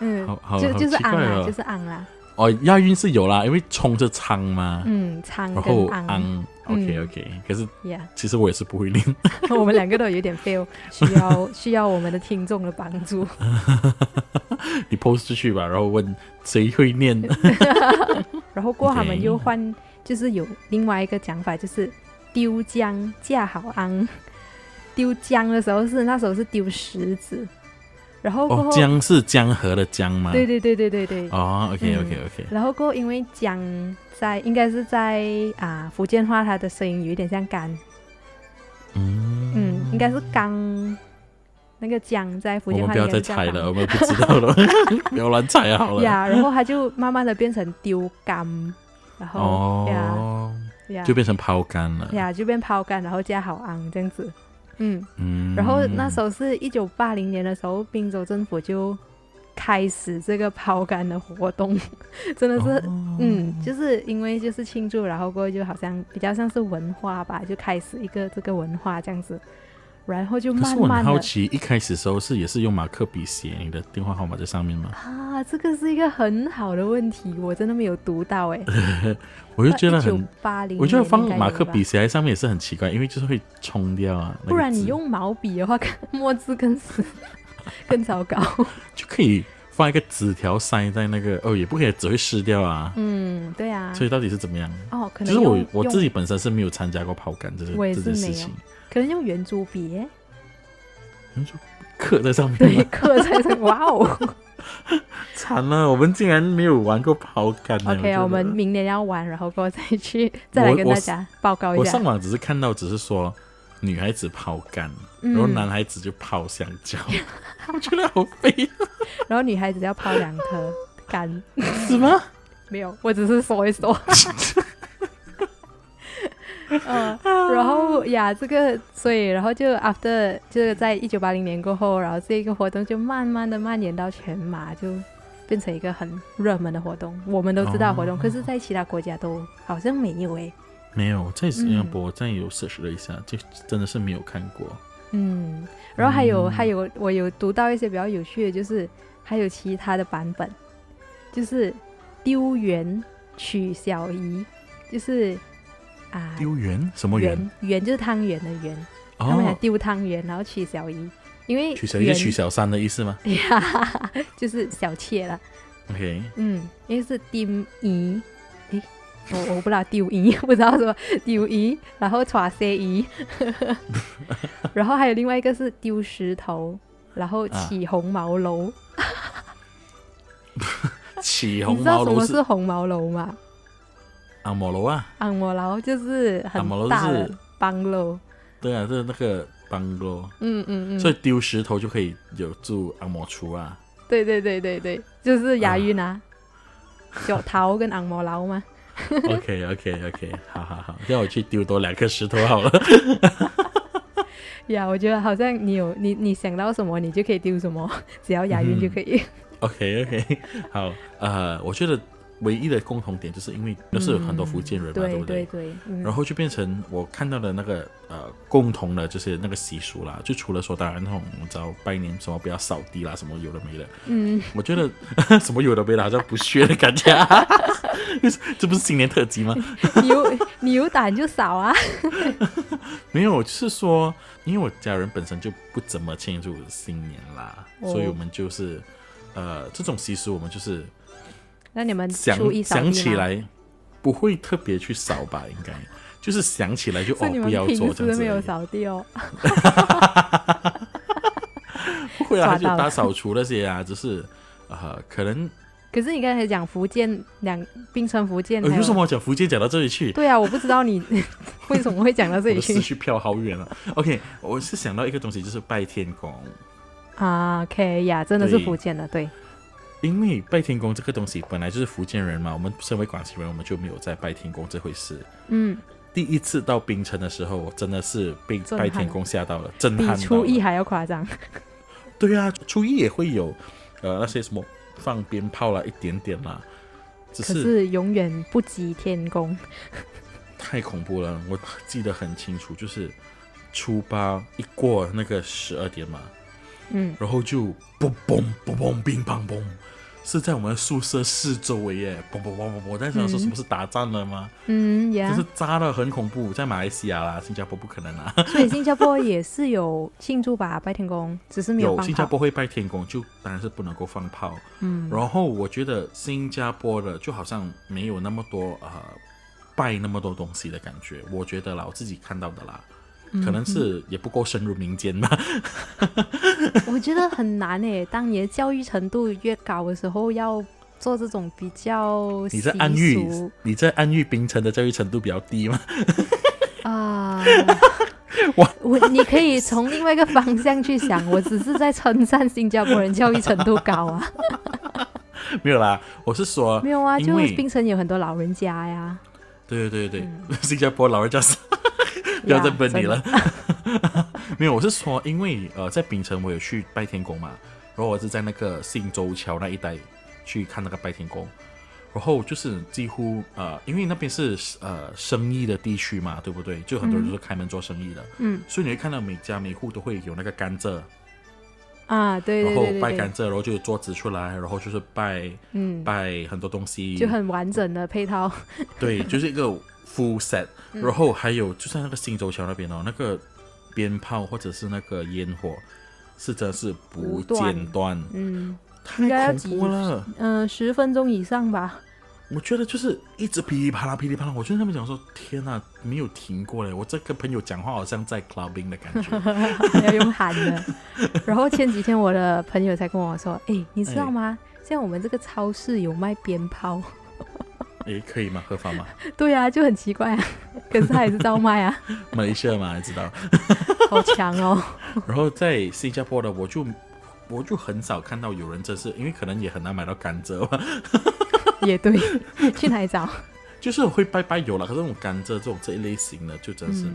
[SPEAKER 3] 嗯
[SPEAKER 4] 好，好
[SPEAKER 3] 就
[SPEAKER 4] 好
[SPEAKER 3] 就是
[SPEAKER 4] 奇怪
[SPEAKER 3] 昂啦，
[SPEAKER 4] 哦
[SPEAKER 3] 就是昂啦，
[SPEAKER 4] 哦，押韵是有啦，因为冲着苍嘛，
[SPEAKER 3] 嗯，苍
[SPEAKER 4] 啊然后
[SPEAKER 3] 跟昂
[SPEAKER 4] 昂
[SPEAKER 3] 嗯
[SPEAKER 4] ，OK OK，可是
[SPEAKER 3] 呀
[SPEAKER 4] 其实我也是不会念。
[SPEAKER 3] (laughs)
[SPEAKER 4] (laughs)
[SPEAKER 3] 我们两个都有点 fail，需要需要我们的听众的帮助。 (laughs)
[SPEAKER 4] 你 post 出去吧，然后问谁会念
[SPEAKER 3] 然后过后他们
[SPEAKER 4] OK
[SPEAKER 3] 又换，就是有另外一个讲法，就是丢姜架好昂。 (laughs) 丢姜的时候是那时候是丢石子，然后过
[SPEAKER 4] 哦
[SPEAKER 3] 后，，
[SPEAKER 4] 江是江河的江吗？
[SPEAKER 3] 对对嗯对对对对。
[SPEAKER 4] 哦，OK OK OK，
[SPEAKER 3] 然后过后因为姜在应该是在啊福建话，它的声音有一点像干，
[SPEAKER 4] 嗯
[SPEAKER 3] 嗯，应该是刚那个姜在福
[SPEAKER 4] 我
[SPEAKER 3] 建
[SPEAKER 4] 们
[SPEAKER 3] 话
[SPEAKER 4] 不要
[SPEAKER 3] 应该
[SPEAKER 4] 再
[SPEAKER 3] 是叫
[SPEAKER 4] 猜
[SPEAKER 3] 刚
[SPEAKER 4] 了，我们不知道了， (laughs) 不要乱猜好了。
[SPEAKER 3] 呀，然后它就慢慢的变成丢干，然后、呀
[SPEAKER 4] 哦，
[SPEAKER 3] 呀
[SPEAKER 4] 就变成抛竿了。
[SPEAKER 3] 呀，就变抛竿，然后加好昂这样子。嗯，
[SPEAKER 4] 嗯，
[SPEAKER 3] 然后那时候是一九八零年的时候，滨州政府就开始这个抛竿的活动，真的是，
[SPEAKER 4] 哦
[SPEAKER 3] 嗯，就是因为就是庆祝，然后过后就好像比较像是文化吧，就开始一个这个文化这样子，然后就
[SPEAKER 4] 可是
[SPEAKER 3] 慢
[SPEAKER 4] 我
[SPEAKER 3] 慢
[SPEAKER 4] 很好
[SPEAKER 3] 的
[SPEAKER 4] 奇，一开始时候是也是用马克笔写你的电话号码在上面吗？
[SPEAKER 3] 啊，这个是一个很好的问题，我真的没有读到哎、
[SPEAKER 4] 我就觉得
[SPEAKER 3] 一
[SPEAKER 4] 很
[SPEAKER 3] 九，八零，
[SPEAKER 4] 我觉得放马克笔。写在上面也是很奇怪，因为就是会冲掉啊。那个
[SPEAKER 3] 不然你
[SPEAKER 4] 字
[SPEAKER 3] 用毛笔的话，墨汁更死， (laughs) 更糟糕。
[SPEAKER 4] 就可以放一个纸条塞在那个哦，也不可以只会湿掉啊。
[SPEAKER 3] 嗯，对啊。
[SPEAKER 4] 所以到底是怎么样？
[SPEAKER 3] 哦，可
[SPEAKER 4] 其
[SPEAKER 3] 能
[SPEAKER 4] 实我
[SPEAKER 3] 用
[SPEAKER 4] 我
[SPEAKER 3] 用
[SPEAKER 4] 自己本身是没有参加过抛竿这个
[SPEAKER 3] 我也
[SPEAKER 4] 这
[SPEAKER 3] 是
[SPEAKER 4] 件事
[SPEAKER 3] 没有
[SPEAKER 4] 情，
[SPEAKER 3] 可能用圆珠笔
[SPEAKER 4] (laughs)
[SPEAKER 3] 耶，
[SPEAKER 4] 你说刻在上面
[SPEAKER 3] 对，
[SPEAKER 4] 吗？ (laughs)
[SPEAKER 3] 刻在这。哇哦
[SPEAKER 4] 惨了，我们竟然没有玩过抛竿呢。觉
[SPEAKER 3] ！OK，
[SPEAKER 4] 得
[SPEAKER 3] 我们明年要玩，然后过后再去再来
[SPEAKER 4] 我
[SPEAKER 3] 跟
[SPEAKER 4] 我
[SPEAKER 3] 大家报告一
[SPEAKER 4] 我
[SPEAKER 3] 下
[SPEAKER 4] 上。网只是看到，只是说女孩子抛竿，
[SPEAKER 3] 嗯
[SPEAKER 4] 然后男孩子就抛香蕉， (laughs) 我觉得好悲，
[SPEAKER 3] 然后女孩子要抛两颗干，
[SPEAKER 4] (laughs) 是吗？
[SPEAKER 3] 没有，我只是说一说。嗯，然后呀，这个所以然后就 after 就是在一九八零年过后，然后这个活动就慢慢的蔓延到全马，就变成一个很热门的活动。我们都知道的活动，可是，在其他国家都好像没有诶。
[SPEAKER 4] 没有，在新加坡，我再有 search 了一下，就真的是没有看过。
[SPEAKER 3] 嗯，然后还有、
[SPEAKER 4] 嗯
[SPEAKER 3] 还有，我有读到一些比较有趣的，就是还有其他的版本，就是丢圆取小姨，就是啊
[SPEAKER 4] 丢圆什么圆？
[SPEAKER 3] 圆圆就是汤圆的圆，他们讲
[SPEAKER 4] 哦，
[SPEAKER 3] 丢汤圆，然后取小姨，因为
[SPEAKER 4] 取小一个
[SPEAKER 3] 圆
[SPEAKER 4] 取小三的意思吗
[SPEAKER 3] 呀，就是小妾啦， (laughs)
[SPEAKER 4] ？OK，
[SPEAKER 3] 嗯，因为是丢姨，诶，我我不知道丢姨， (laughs) 不知道什么丢姨，然后耍蛇姨， (laughs) 然后还有另外一个是丢石头，然后
[SPEAKER 4] 啊
[SPEAKER 3] 起红毛楼，
[SPEAKER 4] 起
[SPEAKER 3] 你
[SPEAKER 4] 红
[SPEAKER 3] 知道
[SPEAKER 4] 毛
[SPEAKER 3] 什
[SPEAKER 4] 楼
[SPEAKER 3] 么
[SPEAKER 4] 是
[SPEAKER 3] 是红毛楼吗？
[SPEAKER 4] 阿摩楼啊。
[SPEAKER 3] 昂毛楼就是
[SPEAKER 4] 昂毛楼
[SPEAKER 3] 很大的
[SPEAKER 4] 啊就是
[SPEAKER 3] 帮楼，
[SPEAKER 4] 对啊，就是那个 bungalow，、
[SPEAKER 3] 嗯嗯嗯，
[SPEAKER 4] 所以丢石头就可以有住按摩厨
[SPEAKER 3] (laughs)
[SPEAKER 4] 啊。
[SPEAKER 3] 对对对对对，就是押韵啊，
[SPEAKER 4] 啊
[SPEAKER 3] 小桃跟昂毛楼嘛。
[SPEAKER 4] OK OK OK，好好好，让我去丢多两颗石头好了。 (laughs)
[SPEAKER 3] 呀我觉得好像你有你你想到什么，你就
[SPEAKER 4] 嗯
[SPEAKER 3] 可以丢什么，只要押韵就可以。
[SPEAKER 4] OK OK，好，呃，我觉得唯一的共同点就是因为都是有很多福建人嘛，
[SPEAKER 3] 对
[SPEAKER 4] 不
[SPEAKER 3] 对对，嗯
[SPEAKER 4] 然后就变成我看到的那个呃共同的，就是那个习俗啦。就除了说，当然那种你知道拜年什么不要扫地啦，什么有的没的。
[SPEAKER 3] 嗯，
[SPEAKER 4] 我觉得 (laughs) 什么有的没的，好像不屑的感觉。 (laughs) 就是这不是新年特辑吗？
[SPEAKER 3] 你有你有胆就扫啊，
[SPEAKER 4] 没有，就是说，因为我家人本身就不怎么庆祝新年啦，
[SPEAKER 3] 哦
[SPEAKER 4] 所以我们就是呃这种习俗，我们就是呃
[SPEAKER 3] 那你们
[SPEAKER 4] 想
[SPEAKER 3] 初一扫地
[SPEAKER 4] 想
[SPEAKER 3] 吗
[SPEAKER 4] 起，来不会特别去扫吧，应该就是想起来就
[SPEAKER 3] 所
[SPEAKER 4] 哦
[SPEAKER 3] 以你
[SPEAKER 4] 不
[SPEAKER 3] 们
[SPEAKER 4] 要做
[SPEAKER 3] 平
[SPEAKER 4] 这样
[SPEAKER 3] 时
[SPEAKER 4] 子
[SPEAKER 3] 没
[SPEAKER 4] 而
[SPEAKER 3] 有
[SPEAKER 4] 已。
[SPEAKER 3] 扫地哦，
[SPEAKER 4] 不会啊，
[SPEAKER 3] 抓
[SPEAKER 4] 他就
[SPEAKER 3] 到了
[SPEAKER 4] 大扫除那些啊，只是呃，可能
[SPEAKER 3] 可是你刚才讲福建两槟城福建，
[SPEAKER 4] 呃，
[SPEAKER 3] 还有
[SPEAKER 4] 为什么我讲福建讲到这里去？
[SPEAKER 3] 对啊，我不知道你 (laughs) 为什么会讲到这
[SPEAKER 4] 我
[SPEAKER 3] 里
[SPEAKER 4] 的思
[SPEAKER 3] 去
[SPEAKER 4] 绪飘好远了。OK，我是想到一个东西，就是拜天公，
[SPEAKER 3] 啊？OK 呀，真的是
[SPEAKER 4] 对
[SPEAKER 3] 福建的，对，
[SPEAKER 4] 因为拜天公这个东西本来就是福建人嘛，我们身为广西人，我们就没有在拜天公这回事。
[SPEAKER 3] 嗯，
[SPEAKER 4] 第一次到槟城的时候，我真的是被
[SPEAKER 3] 震撼
[SPEAKER 4] 拜天公吓到了，震撼
[SPEAKER 3] 比
[SPEAKER 4] 到了。
[SPEAKER 3] 初一还要夸张，
[SPEAKER 4] 对啊，初一也会有呃那些什么放鞭炮啦，一点点啦，只
[SPEAKER 3] 可
[SPEAKER 4] 是
[SPEAKER 3] 是永远不及天公，
[SPEAKER 4] 太恐怖了，我记得很清楚，就是初八一过那个十二点嘛，
[SPEAKER 3] 嗯，
[SPEAKER 4] 然后就嘣嘣嘣嘣乒乓嘣，是在我们宿舍四周围耶，嘣嘣嘣嘣嘣，我在想说
[SPEAKER 3] 嗯
[SPEAKER 4] 什么是打仗了吗？
[SPEAKER 3] 嗯呀
[SPEAKER 4] 就，是炸的很恐怖，在马来西亚啦，新加坡不可能啦，
[SPEAKER 3] 所以新加坡也是有庆祝吧，拜天公，只是没
[SPEAKER 4] 有
[SPEAKER 3] 放
[SPEAKER 4] 新加
[SPEAKER 3] 炮。
[SPEAKER 4] 坡会拜天公，就当然是不能够放炮。
[SPEAKER 3] 嗯，
[SPEAKER 4] 然后我觉得新加坡的就好像没有那么多呃拜那么多东西的感觉，我觉得啦，我自己看到的啦，
[SPEAKER 3] 嗯
[SPEAKER 4] 可能是也不够深入民间吧。
[SPEAKER 3] 我觉得很难诶。当你的教育程度越高的时候，要做这种比较
[SPEAKER 4] (laughs)
[SPEAKER 3] 习
[SPEAKER 4] 你在暗喻
[SPEAKER 3] 俗
[SPEAKER 4] 你在暗喻槟城的教育程度比较低吗？
[SPEAKER 3] 啊。
[SPEAKER 4] 哇
[SPEAKER 3] (laughs) 我你可以从另外一个方向去想，我只是在称赞新加坡人教育程度高
[SPEAKER 4] (laughs)
[SPEAKER 3] 啊，
[SPEAKER 4] (laughs) 没有啦，我是说
[SPEAKER 3] 没有啊，
[SPEAKER 4] 因
[SPEAKER 3] 就
[SPEAKER 4] 为
[SPEAKER 3] 是槟城有很多老人家啊呀，
[SPEAKER 4] 对对对对， (laughs) 新加坡老人
[SPEAKER 3] (laughs)
[SPEAKER 4] 家是不要再
[SPEAKER 3] 嗯呀
[SPEAKER 4] 问你
[SPEAKER 3] 真的
[SPEAKER 4] 了。 (laughs) 没有，我是说，因为呃，在槟城我有去拜天公嘛，然后我是在那个信州桥那一带去看那个拜天公，然后就是几乎呃，因为那边是呃生意的地区嘛，对不对？就很多人都是开门做生意的，
[SPEAKER 3] 嗯
[SPEAKER 4] 所以你会看到每家每户都会有那个甘蔗，
[SPEAKER 3] 啊，对对
[SPEAKER 4] 然后
[SPEAKER 3] 对
[SPEAKER 4] 拜
[SPEAKER 3] 对对
[SPEAKER 4] 甘，蔗，然后就有桌子出来，然后就是拜
[SPEAKER 3] 嗯，
[SPEAKER 4] 拜很多东西，
[SPEAKER 3] 就很完整的配套， (laughs)
[SPEAKER 4] 对，就是一个 full set，、然
[SPEAKER 3] 嗯
[SPEAKER 4] 后还有就在那个新洲桥那边哦，那个鞭炮或者是那个烟火，是真的是不
[SPEAKER 3] 不断
[SPEAKER 4] 间断，
[SPEAKER 3] 嗯应该要
[SPEAKER 4] 太恐怖了。
[SPEAKER 3] 嗯、呃十分钟以上吧，
[SPEAKER 4] 我觉得就是一直噼里啪啦噼里啪啦，我就在那边讲说，天呐，没有停过嘞！我在跟朋友讲话，好像在 clubbing 的感
[SPEAKER 3] (laughs)
[SPEAKER 4] 觉。
[SPEAKER 3] 要用喊的。然后前几天我的朋友才跟我说，哎、你知道吗？像我们这个超市有卖鞭炮，
[SPEAKER 4] 诶，可以吗？合法吗？ (laughs)
[SPEAKER 3] 对啊，就很奇怪啊， (laughs) 可是他还是照卖啊，
[SPEAKER 4] 马来西亚嘛，你知道。
[SPEAKER 3] 好强哦，
[SPEAKER 4] 然后在新加坡的，我就我就很少看到有人真是，因为可能也很难买到甘蔗吧。
[SPEAKER 3] 也对，去哪里找？
[SPEAKER 4] 就是会拜拜有了，可是那种甘蔗这种这一类型的，就真是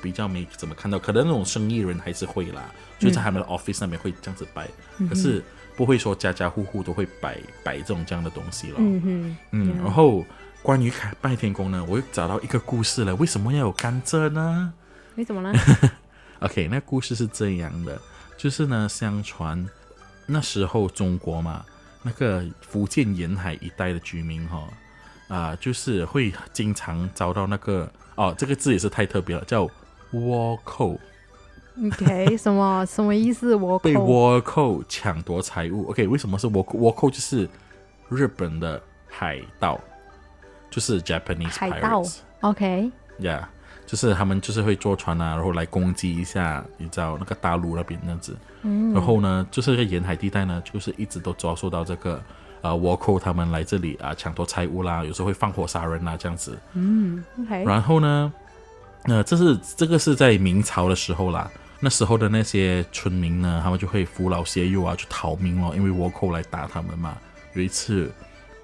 [SPEAKER 4] 比较没怎么看到。可能那种生意人还是会啦，就在他们的 office 那边会这样子拜，可是不会说家家户户都会摆摆这种这样的东西了。
[SPEAKER 3] 嗯哼，
[SPEAKER 4] 嗯然后关于凯拜天公呢，我又找到一个故事了。为什么要有甘蔗呢
[SPEAKER 3] 为什么呢？
[SPEAKER 4] ？OK，那故事是这样的，就是呢，相传那时候中国嘛，那个福建沿海一带的居民哈、啊、就是会经常遭到那个哦，这个字也是太特别了，叫倭寇，
[SPEAKER 3] (laughs) OK，什么什么意思？我
[SPEAKER 4] 被
[SPEAKER 3] 口
[SPEAKER 4] 倭寇抢夺财物。OK，为什么是倭寇？倭寇就是日本的海盗，就是 Japanese
[SPEAKER 3] 海盗
[SPEAKER 4] pirates。
[SPEAKER 3] OK，
[SPEAKER 4] Yeah，就是他们就是会坐船啊，然后来攻击一下，你知道那个大陆那边那样子。嗯。然后呢，就是这个沿海地带呢，就是一直都遭受到这个呃倭寇他们来这里啊、抢夺财物啦，有时候会放火杀人啦啊这样子。
[SPEAKER 3] 嗯，OK，
[SPEAKER 4] 然后呢，呃，这是这个是在明朝的时候啦。那时候的那些村民呢，他们就会扶老携幼啊，去逃命哦，因为倭寇来打他们嘛。有一次，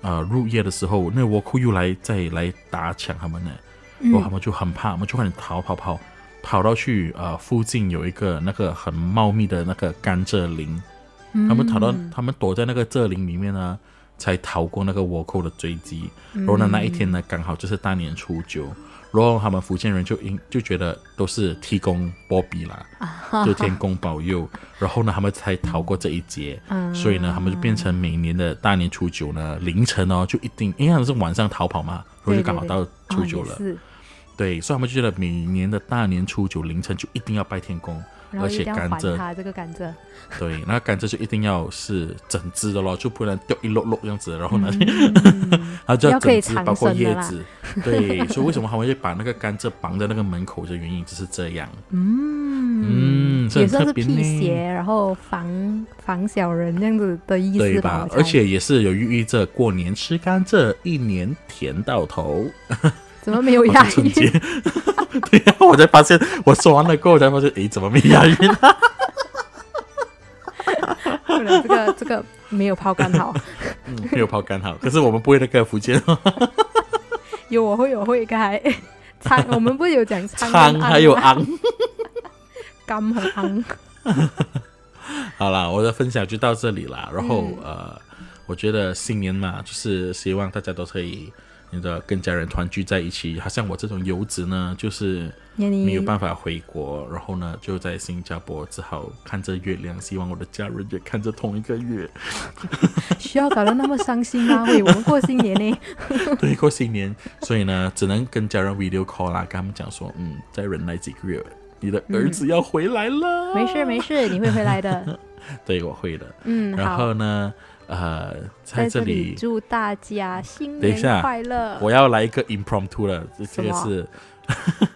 [SPEAKER 4] 呃，入夜的时候，那倭寇又来再来打抢他们呢，然后他们就很怕，他们就快点逃跑跑，跑到去呃附近有一个那个很
[SPEAKER 3] 嗯
[SPEAKER 4] 茂密的那个甘蔗林，他们逃到他们躲在那个蔗林里面呢，才逃过那个倭寇的追击。
[SPEAKER 3] 嗯
[SPEAKER 4] 然后呢，那一天呢，刚好就是大年初九，然后他们福建人就因就觉得都是替公波比啦，
[SPEAKER 3] 啊
[SPEAKER 4] 就天公保佑。然后呢，他们才逃过这一劫。
[SPEAKER 3] 嗯
[SPEAKER 4] 所以呢，他们就变成每年的大年初九呢，凌晨哦，就一定，因为他们是晚上逃跑嘛，然后就刚好到初九了。
[SPEAKER 3] 哦也是
[SPEAKER 4] 对，所以他们就觉得每年的大年初九凌晨就一定要拜天公，
[SPEAKER 3] 然后
[SPEAKER 4] 而
[SPEAKER 3] 一
[SPEAKER 4] 且
[SPEAKER 3] 定要
[SPEAKER 4] 甘
[SPEAKER 3] 还
[SPEAKER 4] 蔗
[SPEAKER 3] 他这个甘蔗，
[SPEAKER 4] 对，那甘蔗就一定要是整只的咯，就不能掉一落落这样子，然后呢， (laughs) 它就要整只，包括叶子。对，所以为什么他们会把那个甘蔗绑在那个门口的原因就是这样。嗯嗯，是
[SPEAKER 3] 也
[SPEAKER 4] 很
[SPEAKER 3] 算
[SPEAKER 4] 特
[SPEAKER 3] 是
[SPEAKER 4] 别
[SPEAKER 3] 辟
[SPEAKER 4] 呢
[SPEAKER 3] 邪，然后防防小人这样子的意
[SPEAKER 4] 对
[SPEAKER 3] 思
[SPEAKER 4] 吧？
[SPEAKER 3] 我
[SPEAKER 4] 而
[SPEAKER 3] 猜
[SPEAKER 4] 且也是有寓意着过年吃甘蔗，一年甜到头。哦
[SPEAKER 3] 怎么没有
[SPEAKER 4] 我
[SPEAKER 3] 押
[SPEAKER 4] 是春
[SPEAKER 3] 韵？ (laughs)
[SPEAKER 4] 节，对呀、我才发现我说完了过后，我才发现，诶，怎么没押韵？
[SPEAKER 3] 可能这个这个没有抛竿
[SPEAKER 4] (laughs)
[SPEAKER 3] 好，
[SPEAKER 4] 嗯 (laughs) 没有抛竿好，可是我们不会那个福建话
[SPEAKER 3] 有我会有会 (laughs) 该。苍，我们不是有讲苍
[SPEAKER 4] 唱，
[SPEAKER 3] 跟 (laughs)
[SPEAKER 4] 还有啊
[SPEAKER 3] 昂
[SPEAKER 4] 昂。
[SPEAKER 3] 甘和昂，
[SPEAKER 4] (laughs) 好啦，我的分享就到这里啦。
[SPEAKER 3] 嗯
[SPEAKER 4] 然后、呃，我觉得新年嘛，就是希望大家都可以，你的跟家人团聚在一起。好像我这种游子呢，就是
[SPEAKER 3] 那你
[SPEAKER 4] (laughs) 没有办法回国，然后呢就在新加坡，只好看着月亮，希望我的家人也看着同一
[SPEAKER 3] (laughs)
[SPEAKER 4] 个月。
[SPEAKER 3] 需要搞得那么伤心吗？喂，我们过新年
[SPEAKER 4] (laughs)
[SPEAKER 3] 呢，
[SPEAKER 4] 对，过新年，所以呢，只能跟家人 video call 啦，跟他们讲说，嗯，再忍耐几个月，你的儿子要回来了。
[SPEAKER 3] 嗯没事没事，你会回来
[SPEAKER 4] (laughs)
[SPEAKER 3] 的。
[SPEAKER 4] 对，我会的。
[SPEAKER 3] 嗯，
[SPEAKER 4] 然
[SPEAKER 3] 好
[SPEAKER 4] 后，呢，呃，
[SPEAKER 3] 在
[SPEAKER 4] 在
[SPEAKER 3] 这
[SPEAKER 4] 这
[SPEAKER 3] 里
[SPEAKER 4] 里
[SPEAKER 3] 祝大家新
[SPEAKER 4] 等一
[SPEAKER 3] 年
[SPEAKER 4] 下
[SPEAKER 3] 快乐。
[SPEAKER 4] 我要来一个 impromptu 了，这这
[SPEAKER 3] 什
[SPEAKER 4] 个
[SPEAKER 3] 么
[SPEAKER 4] 是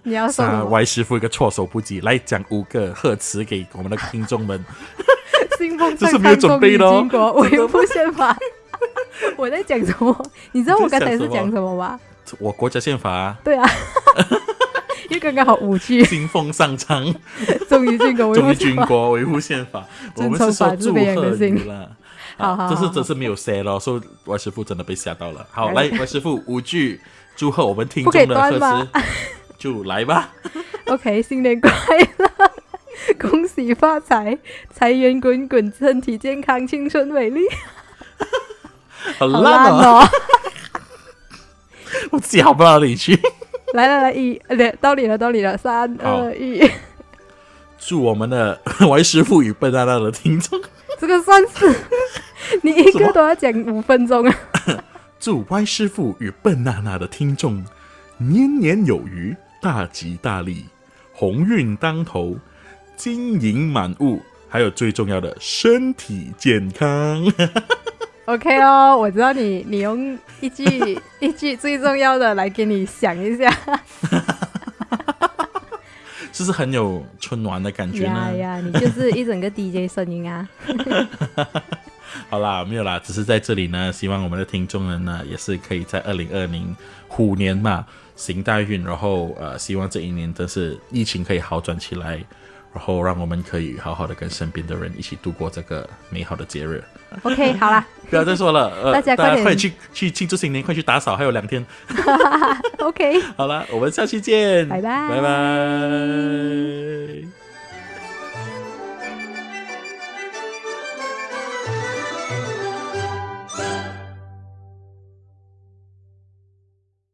[SPEAKER 3] 你要说什
[SPEAKER 4] 啊
[SPEAKER 3] 么？
[SPEAKER 4] Y 师傅一个措手不及，来讲五个贺词给我们的听众们。
[SPEAKER 3] (laughs)
[SPEAKER 4] (laughs)
[SPEAKER 3] 信奉
[SPEAKER 4] 这
[SPEAKER 3] 上
[SPEAKER 4] 是没有准备的哦
[SPEAKER 3] 中国维
[SPEAKER 4] (laughs)
[SPEAKER 3] 护宪法。 (laughs) 我在讲什么？你知道我刚才是讲什么吗？
[SPEAKER 4] 我国家宪法
[SPEAKER 3] 对啊， (laughs) 因为刚刚好五句，
[SPEAKER 4] 金奉上苍，
[SPEAKER 3] 终于进国维
[SPEAKER 4] 忠
[SPEAKER 3] 护
[SPEAKER 4] 于军
[SPEAKER 3] 宪法。
[SPEAKER 4] 国，维护宪
[SPEAKER 3] (laughs)
[SPEAKER 4] 法。我
[SPEAKER 3] 遵
[SPEAKER 4] 们
[SPEAKER 3] 从
[SPEAKER 4] 是
[SPEAKER 3] 法
[SPEAKER 4] 说
[SPEAKER 3] 治
[SPEAKER 4] 祝
[SPEAKER 3] 培养人
[SPEAKER 4] 贺
[SPEAKER 3] 心
[SPEAKER 4] 语啦。
[SPEAKER 3] (laughs) 好
[SPEAKER 4] 啊
[SPEAKER 3] 好
[SPEAKER 4] 这
[SPEAKER 3] 好
[SPEAKER 4] 是
[SPEAKER 3] 好
[SPEAKER 4] 真是没有 say 咯，所以 Y 师傅真的被吓到了。好，
[SPEAKER 3] 来
[SPEAKER 4] 来 Y 师傅五句祝贺我们听
[SPEAKER 3] 不可以
[SPEAKER 4] 众的贺
[SPEAKER 3] 端吗
[SPEAKER 4] 词，
[SPEAKER 3] (laughs)
[SPEAKER 4] 就来吧。
[SPEAKER 3] OK，新年快乐！ (laughs) 恭喜发财，财源滚滚，身体健康，青春美丽。好
[SPEAKER 4] 好烂
[SPEAKER 3] 烂
[SPEAKER 4] 哦，
[SPEAKER 3] 哦！
[SPEAKER 4] (laughs) 我讲不到哪里去。
[SPEAKER 3] 来来来，一，呃对，到你了，到你了，三
[SPEAKER 4] 好
[SPEAKER 3] 二
[SPEAKER 4] (laughs)
[SPEAKER 3] 一，
[SPEAKER 4] 祝我们的 (laughs) Y 师傅与笨蛋蛋的听众。
[SPEAKER 3] 这个算是你一
[SPEAKER 4] 什
[SPEAKER 3] 个
[SPEAKER 4] 么
[SPEAKER 3] 都要讲五分钟啊！
[SPEAKER 4] 祝歪师傅与笨娜娜的听众年年有余，大吉大利，鸿运当头，金银满屋，还有最重要的身体健康。 (laughs)
[SPEAKER 3] OK 哦，我知道你，你用一句 (laughs) 一句最重要的来给你想一下。
[SPEAKER 4] 是不是很有春晚的感觉
[SPEAKER 3] 呀
[SPEAKER 4] 呢？
[SPEAKER 3] 呀，你就是一整个 DJ 声音啊！
[SPEAKER 4] 好啦，没有啦，只是在这里呢，希望我们的听众们呢，也是可以在二零二零虎年嘛行大运，然后呃，希望这一年真是疫情可以好转起来，然后让我们可以好好的跟身边的人一起度过这个美好的节日。
[SPEAKER 3] OK，好啦
[SPEAKER 4] (laughs) 不要再说了，呃，
[SPEAKER 3] 大家快点
[SPEAKER 4] 快去去庆祝新年，快去打扫，还有两天。
[SPEAKER 3] ，OK。
[SPEAKER 4] 好了，我们下期见，
[SPEAKER 3] 拜拜
[SPEAKER 4] 拜拜。